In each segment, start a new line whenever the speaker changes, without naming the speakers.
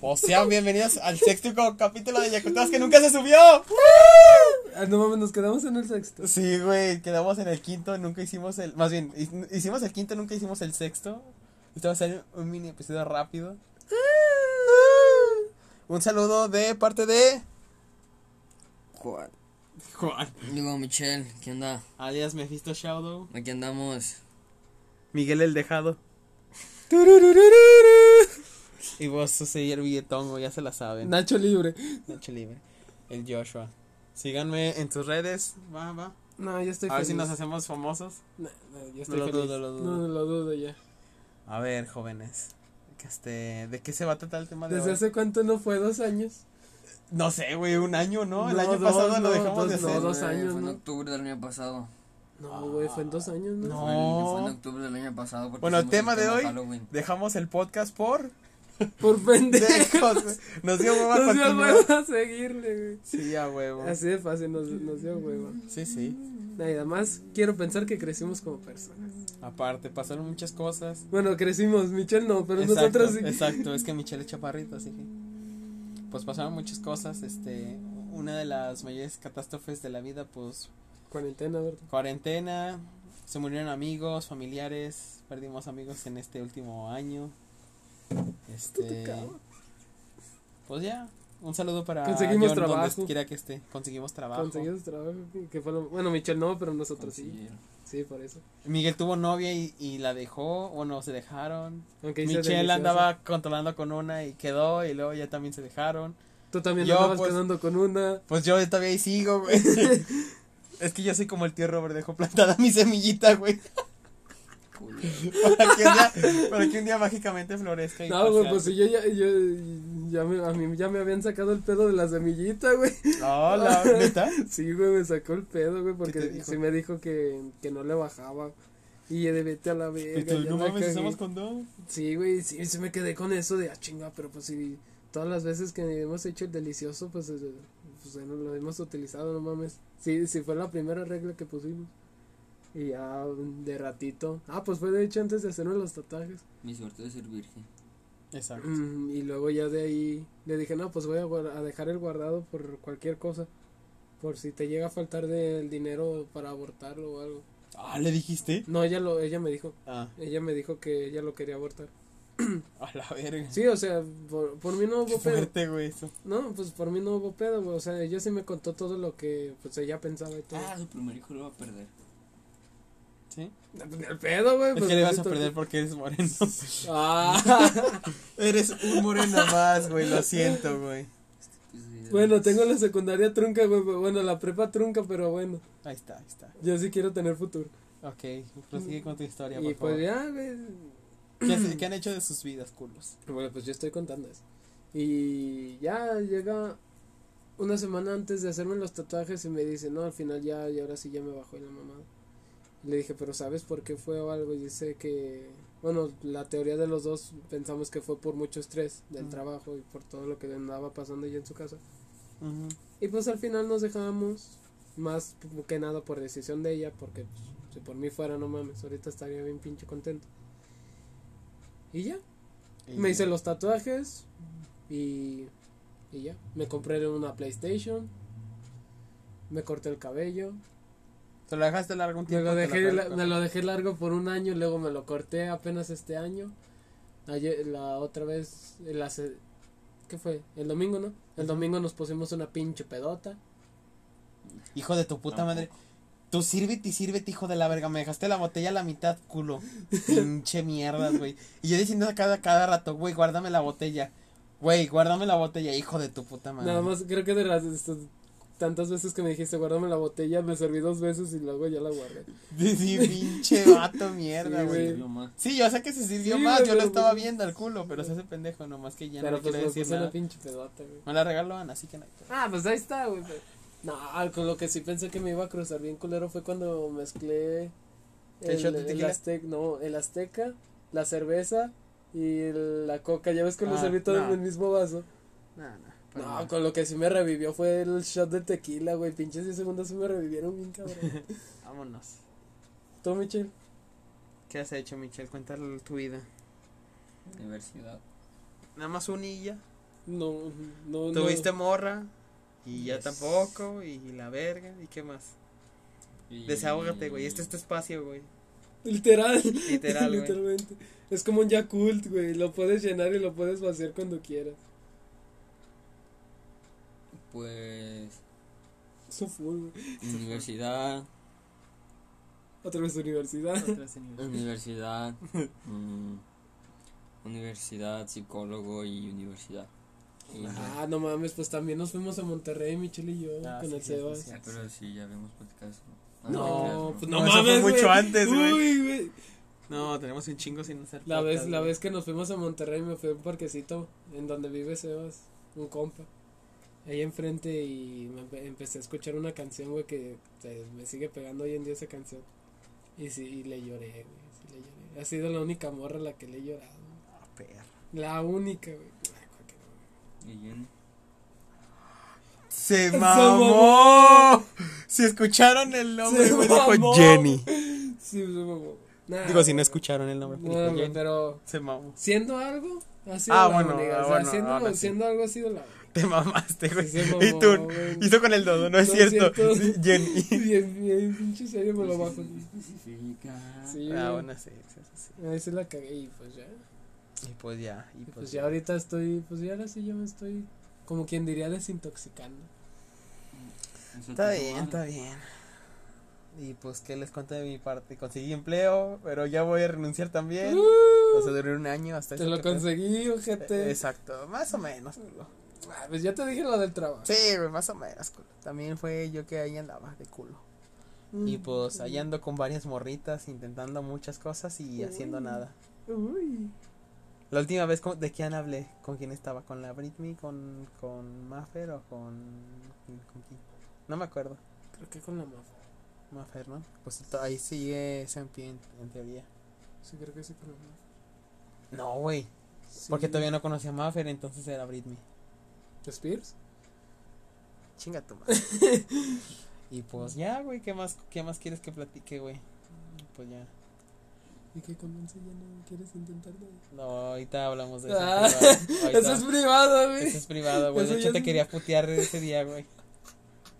O Pues sean bienvenidos al sexto capítulo de Yakutas que nunca se subió.
Ah, no mames, nos quedamos en el sexto.
Sí, güey, quedamos en el quinto, nunca hicimos el. Más bien, hi- hicimos el quinto, nunca hicimos el sexto. Este va a ser un mini episodio rápido.
Ah.
Un saludo de parte de.
Juan.
Juan.
Digo, Michelle, ¿qué onda?
Alias Mephisto Shadow.
Aquí andamos.
Miguel el Dejado. Y vos, su seguir billetongo, ya se la saben.
Nacho libre.
Nacho Libre. El Joshua. Síganme en tus redes. Va, va.
No, yo estoy
A ver si
feliz.
nos hacemos famosos.
No, no, yo estoy
lo
feliz.
dudo, lo dudo.
No, lo dudo ya.
A ver, jóvenes. que Este, ¿De qué se va a tratar el tema de
¿Desde
hoy?
hace cuánto no fue? ¿Dos años?
No sé, güey, un año, ¿no? El
No,
año
dos,
pasado lo
no,
dejamos de
dos, no,
hacer.
dos
Fue-
años,
Fue en
¿no?
octubre del año pasado.
No, güey, fue en dos años, ¿no?
Ah, No.
Fue en- Fue en octubre del año pasado. porque
Bueno, el
hicimos
tema de hoy.
Halloween.
Dejamos el podcast por.
Por pendejo.
Dejos, güey. Nos dio hueva
Nos dio
continuar.
huevo a seguirle,
Sí, a huevo.
güey. Así de fácil nos, nos dio huevo.
Sí, sí.
Nada más quiero pensar que crecimos como personas.
Aparte, pasaron muchas cosas.
Bueno, crecimos, Michelle no, pero
exacto,
nosotros sí.
Exacto, es que Michelle es chaparrito, así que. Pues pasaron muchas cosas. Este, una de las mayores catástrofes de la vida, pues
Cuarentena, ¿verdad?
cuarentena, se murieron amigos, familiares, perdimos amigos en este último año. Este
cabrón.
Pues ya, un saludo para
Conseguimos
John, donde
trabajo.
quiera que esté, conseguimos trabajo.
Conseguimos trabajo. Que fue lo- Bueno, Michelle no, pero nosotros sí. Sí, por eso.
Miguel tuvo novia y, y la dejó, bueno, se dejaron.
Aunque hice
Michelle
deliciosa.
andaba controlando con una y quedó y luego ya también se dejaron.
Tú también
Yo,
andabas
pues-
quedando con una.
Pues yo todavía ahí sigo, güey. es que yo soy como el tío Robert, dejó plantada mi semillita, güey. para, que un día, para que un día mágicamente florezca y
No, güey,
pase
pues si yo ya, yo, ya me, a mí ya me habían sacado el pedo de la semillita, güey.
No, la neta.
Sí, güey, me sacó el pedo, güey,
te
porque
dijo?
sí me dijo que, que no le bajaba. Y yo de vete a la verga.
Y Pues tú,
ya
no
la
mames,
cagué".
usamos condón.
Sí, güey, sí, sí me quedé con eso de, ah, chinga, pero pues sí, todas las veces que hemos hecho el delicioso, pues, eh, pues eh, no lo hemos utilizado, no mames. Sí, sí fue la primera regla que pusimos. Y ya de ratito. Ah, pues fue de hecho antes de hacernos los tatuajes.
Mi suerte de ser virgen.
Exacto.
Mm, y luego ya de ahí le dije, no, pues voy a, guar- a dejar el guardado por cualquier cosa. Por si te llega a faltar del dinero para abortarlo o algo.
Ah, ¿le dijiste?
No, ella, lo, ella me dijo.
Ah,
Ella me dijo que ella lo quería abortar.
a la verga.
Sí, o sea, por, por mí no
Qué
hubo pedo.
fuerte, güey, eso.
No, pues por mí no hubo pedo, güey. O sea, ella sí me contó todo lo que pues ella pensaba y todo.
Ah, su primer hijo lo va a perder.
¿Sí?
el pedo, güey.
Es
pues,
que le vas a
necesito-
perder porque eres moreno.
Ah,
eres un moreno más, güey, lo siento, güey.
Pues,
bueno, tengo la secundaria trunca, güey. Bueno, la prepa trunca, pero bueno.
Ahí está, ahí está.
Yo sí quiero tener futuro.
Ok, prosigue con tu historia,
y
por favor.
pues ya, güey.
¿Qué, has- qué han hecho de sus vidas, culos?
Bueno, pues yo estoy contando eso. Y ya llega una semana antes de hacerme los tatuajes y me dice, no, al final ya, y ahora sí ya me bajó la mamada. Le dije, pero ¿sabes por qué fue o algo? Y dice que, bueno, la teoría de los dos pensamos que fue por mucho estrés del
Ujú.
trabajo y por todo lo que le andaba pasando ya en su casa.
Ujú.
Y pues al final nos dejamos, más que nada por decisión de ella, porque pues, si por mí fuera, no mames, ahorita estaría bien pinche contento. Y ya,
Y-
me hice los tatuajes y, y ya. Me compré una PlayStation. Me corté el cabello.
¿Te lo dejaste largo un
Me
tiempo?
lo,
te
dejé, la-
cortaste?
me lo dejé largo por un año, luego me lo corté apenas este año. Ayer, la otra vez, el hace- ¿qué fue? El domingo, ¿no? El domingo nos pusimos una pinche pedota.
Hijo de tu puta
Tampoco.
madre. Tú sírvete y sírvete, hijo de la verga. Me dejaste la botella a la mitad, culo. Pinche mierdas, güey. Y yo diciendo a cada, cada rato, güey, guárdame la botella. Güey, guárdame la botella, hijo de tu puta madre.
Nada más, creo que de las estas- tantas veces que me dijiste, guárdame la botella, me serví dos veces y luego ya la guardé.
Sí, sí, pinche vato, mierda,
Sí,
güey.
güey.
Yo más.
Sí, yo sé que se sirvió
Sí,
más.
güey,
yo lo
pero
estaba
pues-
viendo al culo, pero se hace pendejo, nomás que ya no
Pero
le
pues
quiero
me
decir
puse
nada.
una pinche pedota, güey.
Me la regaló Ana, así que no. hay pedo.
Ah, pues ahí está, güey. pero- No, con lo que sí pensé que me iba a cruzar bien culero fue cuando mezclé
¿El shot de tequila?
azteca, no, el azteca, la cerveza y el- la coca. Ya ves que lo
Ah,
serví todo
no.
en el mismo vaso.
No, no. para
No,
nada.
con lo que sí me revivió fue el shot de tequila, güey. Pinches 10 segundos sí me revivieron bien, cabrón.
Vámonos.
¿Tú, Michel?
¿Qué has hecho, Michelle? Cuéntale tu vida.
Universidad.
Nada más unilla.
No, no, no.
Tuviste morra y ya
Yes.
tampoco y la verga y qué más.
Y-
Desahógate, güey. Este es tu espacio, güey.
Literal.
Literal, güey.
Literalmente. Es como un Yakult, güey. Lo puedes llenar y lo puedes vaciar cuando quieras.
Pues.
Eso fue, güey.
Universidad.
Otra vez universidad.
Universidad. mm, universidad, psicólogo y universidad. Y-
Ah, no mames, pues también nos fuimos a Monterrey, Michelle y yo,
Ah,
con
sí,
el
sí, sí,
Sebas.
sí.
Ah, pero sí, ya habíamos platicado eso. Ah,
No,
te
pues
creas,
no,
No, eso fue
mames.
mucho antes, güey.
Uy, güey.
No, tenemos un chingo sin hacer.
La
podcast,
vez, la
güey.
vez que nos fuimos a Monterrey me fui a un parquecito en donde vive Sebas, un compa. Ahí enfrente y me empe- empecé a escuchar una canción, güey, que pues, me sigue pegando hoy en día esa canción. Y sí, y le lloré, güey, sí le lloré. Ha sido la única morra a la que le he llorado.
Ah, perro.
La única, güey. Ay, cuál que no.
Y Jenny.
Se
Se
mamó. Si escucharon el nombre,
Se
güey, dijo
mamó.
Jenny.
Sí, pues, como- nah,
Digo, si no
güey.
escucharon el nombre,
pues, No,
dijo
güey,
Jenny.
pero
Se mamó.
siendo algo, ha sido
Ah,
la
bueno,
única.
ah,
o sea,
bueno,
siendo,
ahora sí.
siendo algo ha sido la
Te mamaste, güey.
Sí, se mamó,
y tú,
güey.
hizo con el dodo, no es
No es
cierto.
cierto.
Sí, Jenny.
Bien, bien, pinche serio
Pues
me lo bajo.
Específica.
Sí,
Ah, bueno, sí, sí, sí,
ahí se la cagué y pues ya.
sí. Y pues ya, y
Y
pues,
pues ya ahorita estoy, pues ya ahora sí yo me estoy, como quien diría, desintoxicando.
Eso
Está
te
bien,
tomaba.
está bien. Y pues, ¿qué les cuento de mi parte? Conseguí empleo, pero ya voy a renunciar también.
¡Uh!
Eh, O sea, duré un año hasta
te
eso
lo
que
conseguí, ojete.
Eh, Exacto, más o menos. culo.
Ah, Pues ya te dije lo del trabajo.
Sí, güey, más o menos. culo. También fue yo que ahí andaba de culo.
Mm.
Y pues ahí ando con varias morritas, intentando muchas cosas y haciendo nada.
Uy.
La última vez con- de quién hablé, con quién estaba, con la Britney, con, con Maffer o con, con quién. No me acuerdo,
Creo que con la mafa.
Maffer, ¿no? Pues to- ahí sigue Sampi en, en teoría.
Sí, creo que sí con la mafa.
No, güey,
Sí.
porque todavía no conocía a Maffer, entonces era Britney.
¿Spears?
Chinga tu madre. y pues ya, güey, ¿qué más, ¿qué más quieres que platique, güey? Pues ya.
¿Y qué con Monse ya no quieres intentar nada?
No, ahorita hablamos de eso.
Ah,
privado. Ahorita.
Eso es privado, güey.
Eso es privado, güey.
Eso
De
ya
hecho, te
es-
quería putear ese día, güey.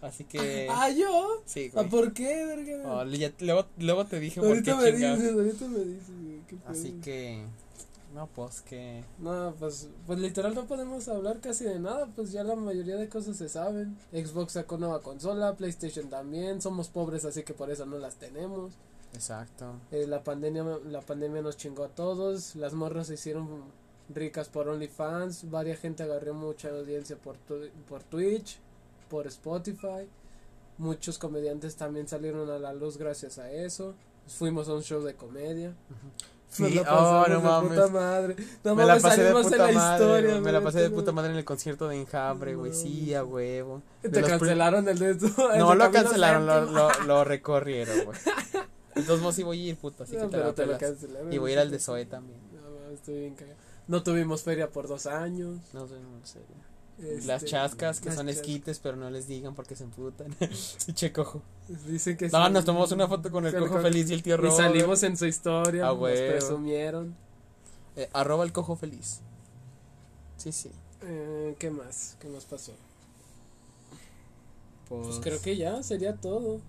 Así que.
Ah, ¿yo?
Sí,
¿Ah,
güey.
¿Por qué, verga?
Oh, ya- luego, luego te dije por qué
ahorita me
chingados.
dices, ahorita me dices, güey. qué
Así
pedo.
que. No, pues que.
No, pues, pues literal no podemos hablar casi de nada, pues ya la mayoría de cosas se saben. Xbox sacó nueva consola, PlayStation también, somos pobres así que por eso no las tenemos.
Exacto.
Eh, la pandemia la pandemia nos chingó a todos, las morras se hicieron ricas por OnlyFans, varia gente agarró mucha audiencia por, tu- por Twitch, por Spotify, muchos comediantes también salieron a la luz gracias a eso. Fuimos a un show de comedia.
Sí,
Nos la
oh,
pasamos
no
de puta
mames.
madre. No
me la
mames,
pasé de
salimos en
puta
la
madre.
historia,
güey. me
güey,
la pasé de
no
puta
mames.
madre en el concierto de Enjambre, güey.
No,
Sí,
güey.
a huevo. de
Te
los prim-
cancelaron el de
No lo cancelaron, lo, lo, lo recorrieron, güey. De todos modos, sí voy a ir, puto. Así que te la
pero te lo
pelas.
cancelaron.
Y voy a ir al de Zoe también.
No, mames, estoy bien cagado. No tuvimos feria por dos años.
No sé, no sé. Las
este,
chascas que
las
son
chas-
esquites, pero no les digan porque se emputan. che cojo.
Dicen que
No,
sí.
nos tomamos una foto con el
Con el
cojo
cojo.
feliz y el tío
Y
Robert.
salimos en su historia.
Ah,
nos
güey.
presumieron.
Eh, arroba el cojo feliz. Sí, sí.
Eh, ¿Qué más? ¿Qué más pasó?
Pues,
Pues creo que ya sería todo.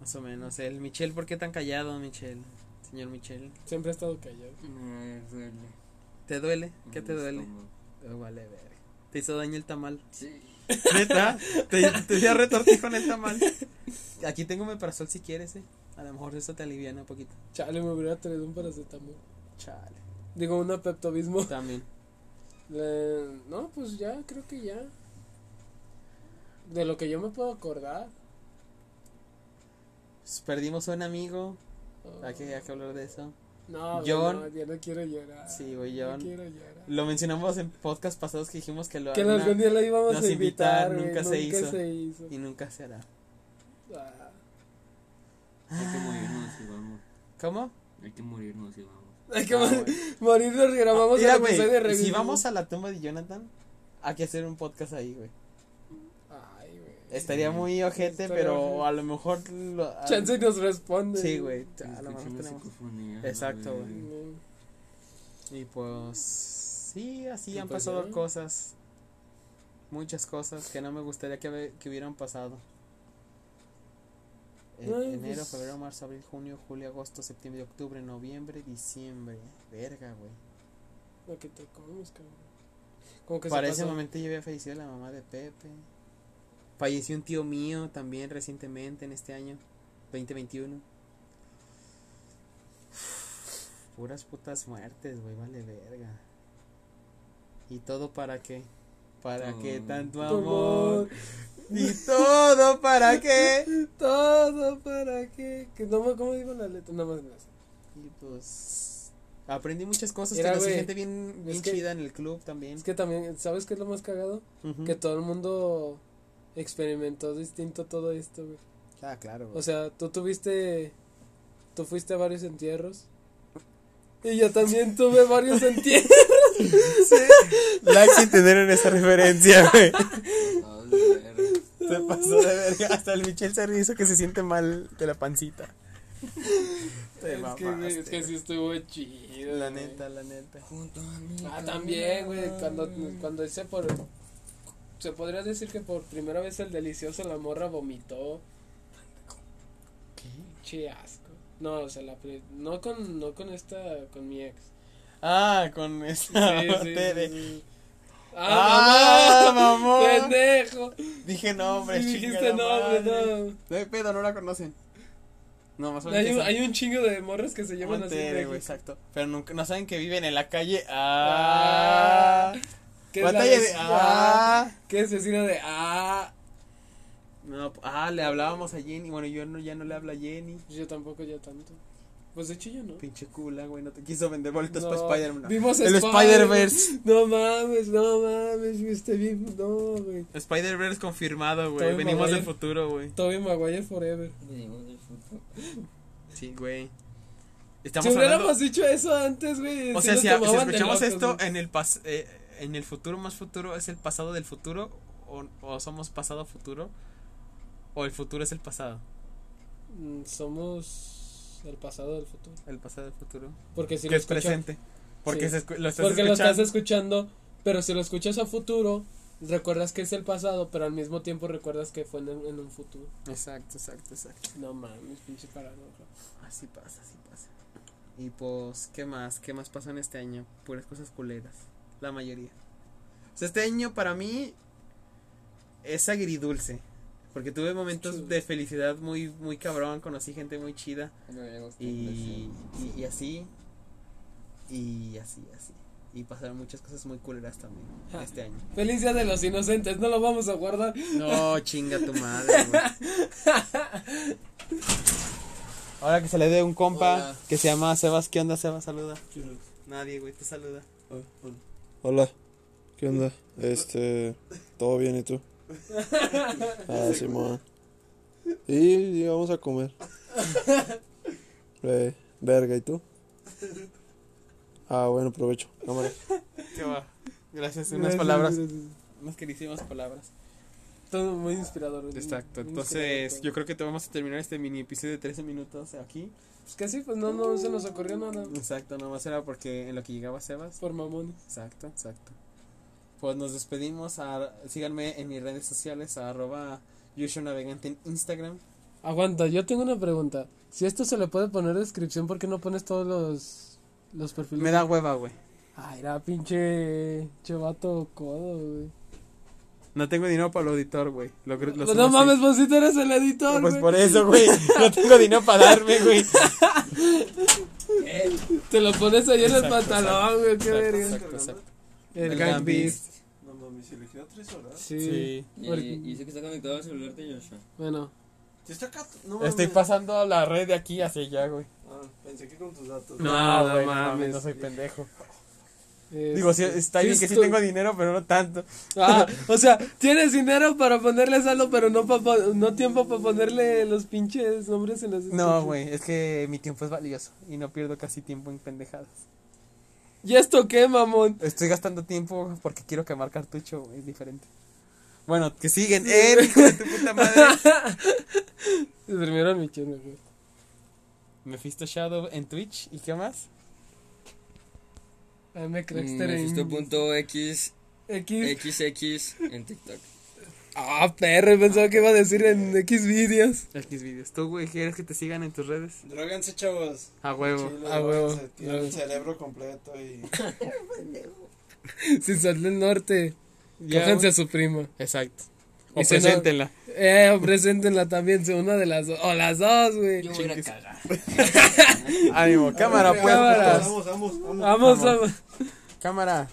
Más o menos. El Michel, ¿por qué tan callado, Michel? Señor Michel.
Siempre he estado callado.
Me duele.
¿Te duele? ¿Qué
en
te
el
duele?
estómago.
Oh, vale, verga. Te hizo daño el tamal.
Sí.
¿Neta? Te, te dio retortijo en el tamal. Aquí tengo meprasol si quieres, eh. A lo mejor eso te aliviana un poquito.
Chale, me hubiera traído un paracetamol.
Chale.
Digo, un apeptobismo.
También.
Eh, no, pues ya, creo que ya. De lo que yo me puedo acordar.
Pues, Perdimos a un amigo.
oh,
Hay que, hay que hablar de eso.
No,
John.
no, yo no quiero llorar.
Sí, güey,
no
John.
quiero llorar.
Lo mencionamos en podcast pasados que dijimos que lo
que
una-
algún día lo íbamos
nos
a
invitar,
invitar, güey,
nunca se hizo.
se hizo.
y nunca se hará.
Ah,
Hay que morirnos y vamos.
¿Cómo?
Hay que morirnos y vamos.
hay que
Ah,
mor-
güey.
morirnos, grabamos
Mira,
el episodio de
Ah, güey, si
revisión.
vamos a la tumba de Jonathan, hay que hacer un podcast ahí, güey.
Ay, güey.
Estaría muy ojete,
Estaría
pero
ojete.
a lo mejor... Lo, a-
Chance y nos responde.
Sí, güey. A lo
Escuchamos
mejor tenemos.
psicofonía,
Exacto,
güey.
güey. Y pues... Sí, así
Y
han
pues,
pasado
ya.
cosas. muchas cosas que no me gustaría que, habe- que hubieran pasado. E-
Ay,
enero,
pues.
febrero, marzo, abril, junio, julio, agosto, septiembre, octubre, noviembre, diciembre. Verga, güey.
Lo que te comes, cabrón. Como que
Para
se
ese
pasó.
momento ya había fallecido la mamá de Pepe. Falleció un tío mío también recientemente en este año, 2021. Puras putas muertes, güey, vale verga. ¿Y todo para qué? ¿Para qué
Todo.
tanto
Mm. Tu
amor? ¿Y todo para qué?
Todo para qué. Que no me cómo digo la letra, nada más gracias.
Y pues aprendí muchas cosas
Mira,
que conocí
güey,
gente bien,
es
bien
que-
chida en el club también.
Es que también, ¿sabes qué es lo más cagado?
Ujú.
Que todo el mundo experimentó distinto todo esto, güey.
Ah, claro. güey.
O sea, tú tuviste. Tú fuiste a varios entierros. Y yo también tuve varios entierros.
Like sin tener en esa referencia, güey.
Ah, de ver.
Se pasó de verga. Hasta el Michel se hizo que se siente mal de la pancita. Te
es, que, güey,
mamaste,
es que sí estuvo chido.
güey. La
güey.
neta, la neta.
Junto a mí.
Ah, también, güey. Cuando, cuando hice por. Se podría decir que por primera vez el delicioso la morra vomitó. Che asco. No, o sea, la pri- no con no con esta con mi ex.
Ah, con esa tele.
sí.
¡Ah,
¡Ah,
mamón!
mamón! ¡Pendejo!
Dije nombre,
Sí,
chinga
dijiste
la
nombre,
madre.
no.
No hay pedo, no la conocen. No, más o menos.
Hay un,
que
hay un chingo de morras que se
saben.
llaman así.
Monterrey,
de
güey,
aquí.
exacto. Pero nunca, no saben que viven en la calle. Ah.
¿Qué es la
Batalla de.
vecina?
Ah.
¿Qué es vecina de ah?
No, ah, le hablábamos a Jenny. Bueno, yo no, ya no le hablo a Jenny.
Yo tampoco ya tanto. Pues de hecho yo no.
Pinche cula, güey, no te quiso vender boletos
No,
para Spider-Man.
Vimos
El Spider-Verse.
No mames, no mames, viste bien, no, güey.
Spider-Verse confirmado, güey.
Tobey
Venimos del
Maguire.
futuro, güey.
Toby Maguire forever.
Venimos del futuro.
Sí, güey.
Si
Estamos hablando.
hubiéramos dicho eso antes, güey.
O
sí
sea,
nos
si, a- si
tomaban de
escuchamos
locos,
esto
güey.
en el pas- eh, en el futuro más futuro, ¿es el pasado del futuro? O, o somos pasado futuro? ¿O el futuro es el pasado?
Mm, Somos el pasado del futuro.
El pasado del futuro.
Porque si
que
lo
es
escuchas,
presente. Porque
Sí.
se escu- lo estás
porque lo
escuchando.
estás escuchando, pero si lo escuchas a futuro, recuerdas que es el pasado, pero al mismo tiempo recuerdas que fue en, en un futuro.
Exacto, exacto, exacto.
No mames, pinche paradoja.
Así pasa, así pasa. Y pues, ¿qué más? ¿Qué más pasó en este año? Puras cosas culeras. La mayoría. O sea, este año para mí es agridulce. Porque tuve momentos
Chido.
de felicidad muy, muy cabrón. Conocí gente muy chida. Y, y, y así. Y así, así. Y pasaron muchas cosas muy culeras también este año.
Feliz día de los inocentes, no lo vamos a guardar.
No, chinga tu madre, güey. Ahora que se le dé un compa
Hola.
que se llama Sebas. ¿Qué onda, Sebas? Saluda. Nadie, güey, te saluda.
Hola, ¿qué onda? Este, ¿todo bien y tú? Ah, Simón. Y, y vamos a comer. Eh, verga, ¿y tú? Ah, bueno, provecho. Cámara.
¿Qué va? Gracias, unas
Gracias,
palabras.
gracias.
Unas queridísimas palabras.
Todo muy inspirador. muy-
Exacto,
muy
entonces
inspirador.
yo creo que te vamos a terminar este mini episodio de 13 minutos aquí.
Pues que sí, pues no, no se nos ocurrió nada.
Exacto, nomás era porque en lo que llegaba Sebas.
Por mamones.
Exacto, exacto. Pues nos despedimos. a- síganme en mis redes sociales, a arroba Yushu Navegante en Instagram.
Aguanta, yo tengo una pregunta. Si esto se le puede poner descripción, ¿por qué no pones todos los, los perfiles?
Me da hueva, güey.
Ay, era pinche chevato codo, güey.
No tengo dinero para el auditor, güey. Lo, lo
Pues
sumo
no
así.
mames, pues si tú eres el editor,
Pues
güey.
por eso, güey. No tengo dinero para darme, güey.
Te lo pones ahí en el
Exacto,
pantalón, güey, qué
Exacto,
verga.
exacto, exacto.
El
El
Gang
Gang
Beast.
No mames, si le queda tres horas.
Sí.
Sí.
Porque-
Y dice que está conectado al celular de Joshua.
Bueno,
Te está acá. No
Estoy pasando a la red de aquí hacia allá, güey.
Ah, pensé que con tus datos.
No, no
güey,
mames.
No soy pendejo.
este,
Digo, sí, está bien que sí
esto-
tengo dinero, pero no tanto.
Ah, o sea, tienes dinero para ponerle saldo, pero no pa pon- no tiempo para ponerle los pinches nombres en las
No, güey, es que mi tiempo es valioso y no pierdo casi tiempo en pendejadas.
¿Y esto qué, mamón?
Estoy gastando tiempo porque quiero quemar cartucho, güey, es diferente. Bueno, que siguen. ¡Eh, hijo de tu puta madre!
Se durmieron mi chino, güey.
Mephisto Shadow en Twitch, ¿y qué más?
Mm,
AM Crackster en-
Mephisto.x
X.
XX en TikTok.
Ah, perro, pensaba que iba a decir en X videos.
X videos. ¿Tú, güey, quieres que te sigan en tus redes?
Droguense, chavos.
A huevo.
Chile,
a huevo.
dróguense, tienen
A
el
huevo.
cerebro completo y.
Si sal del norte,
Ya,
cójanse
güey.
a su prima.
Exacto. O
Y si no-
preséntenla.
Eh, preséntenla también, sea una de las dos. O las dos, güey.
Yo voy a ir a cagar.
Ánimo, cámara, pues.
Cámara. pues.
putos.
Ah, Vamos, vamos, vamos.
Vamos, vamos.
Cámara.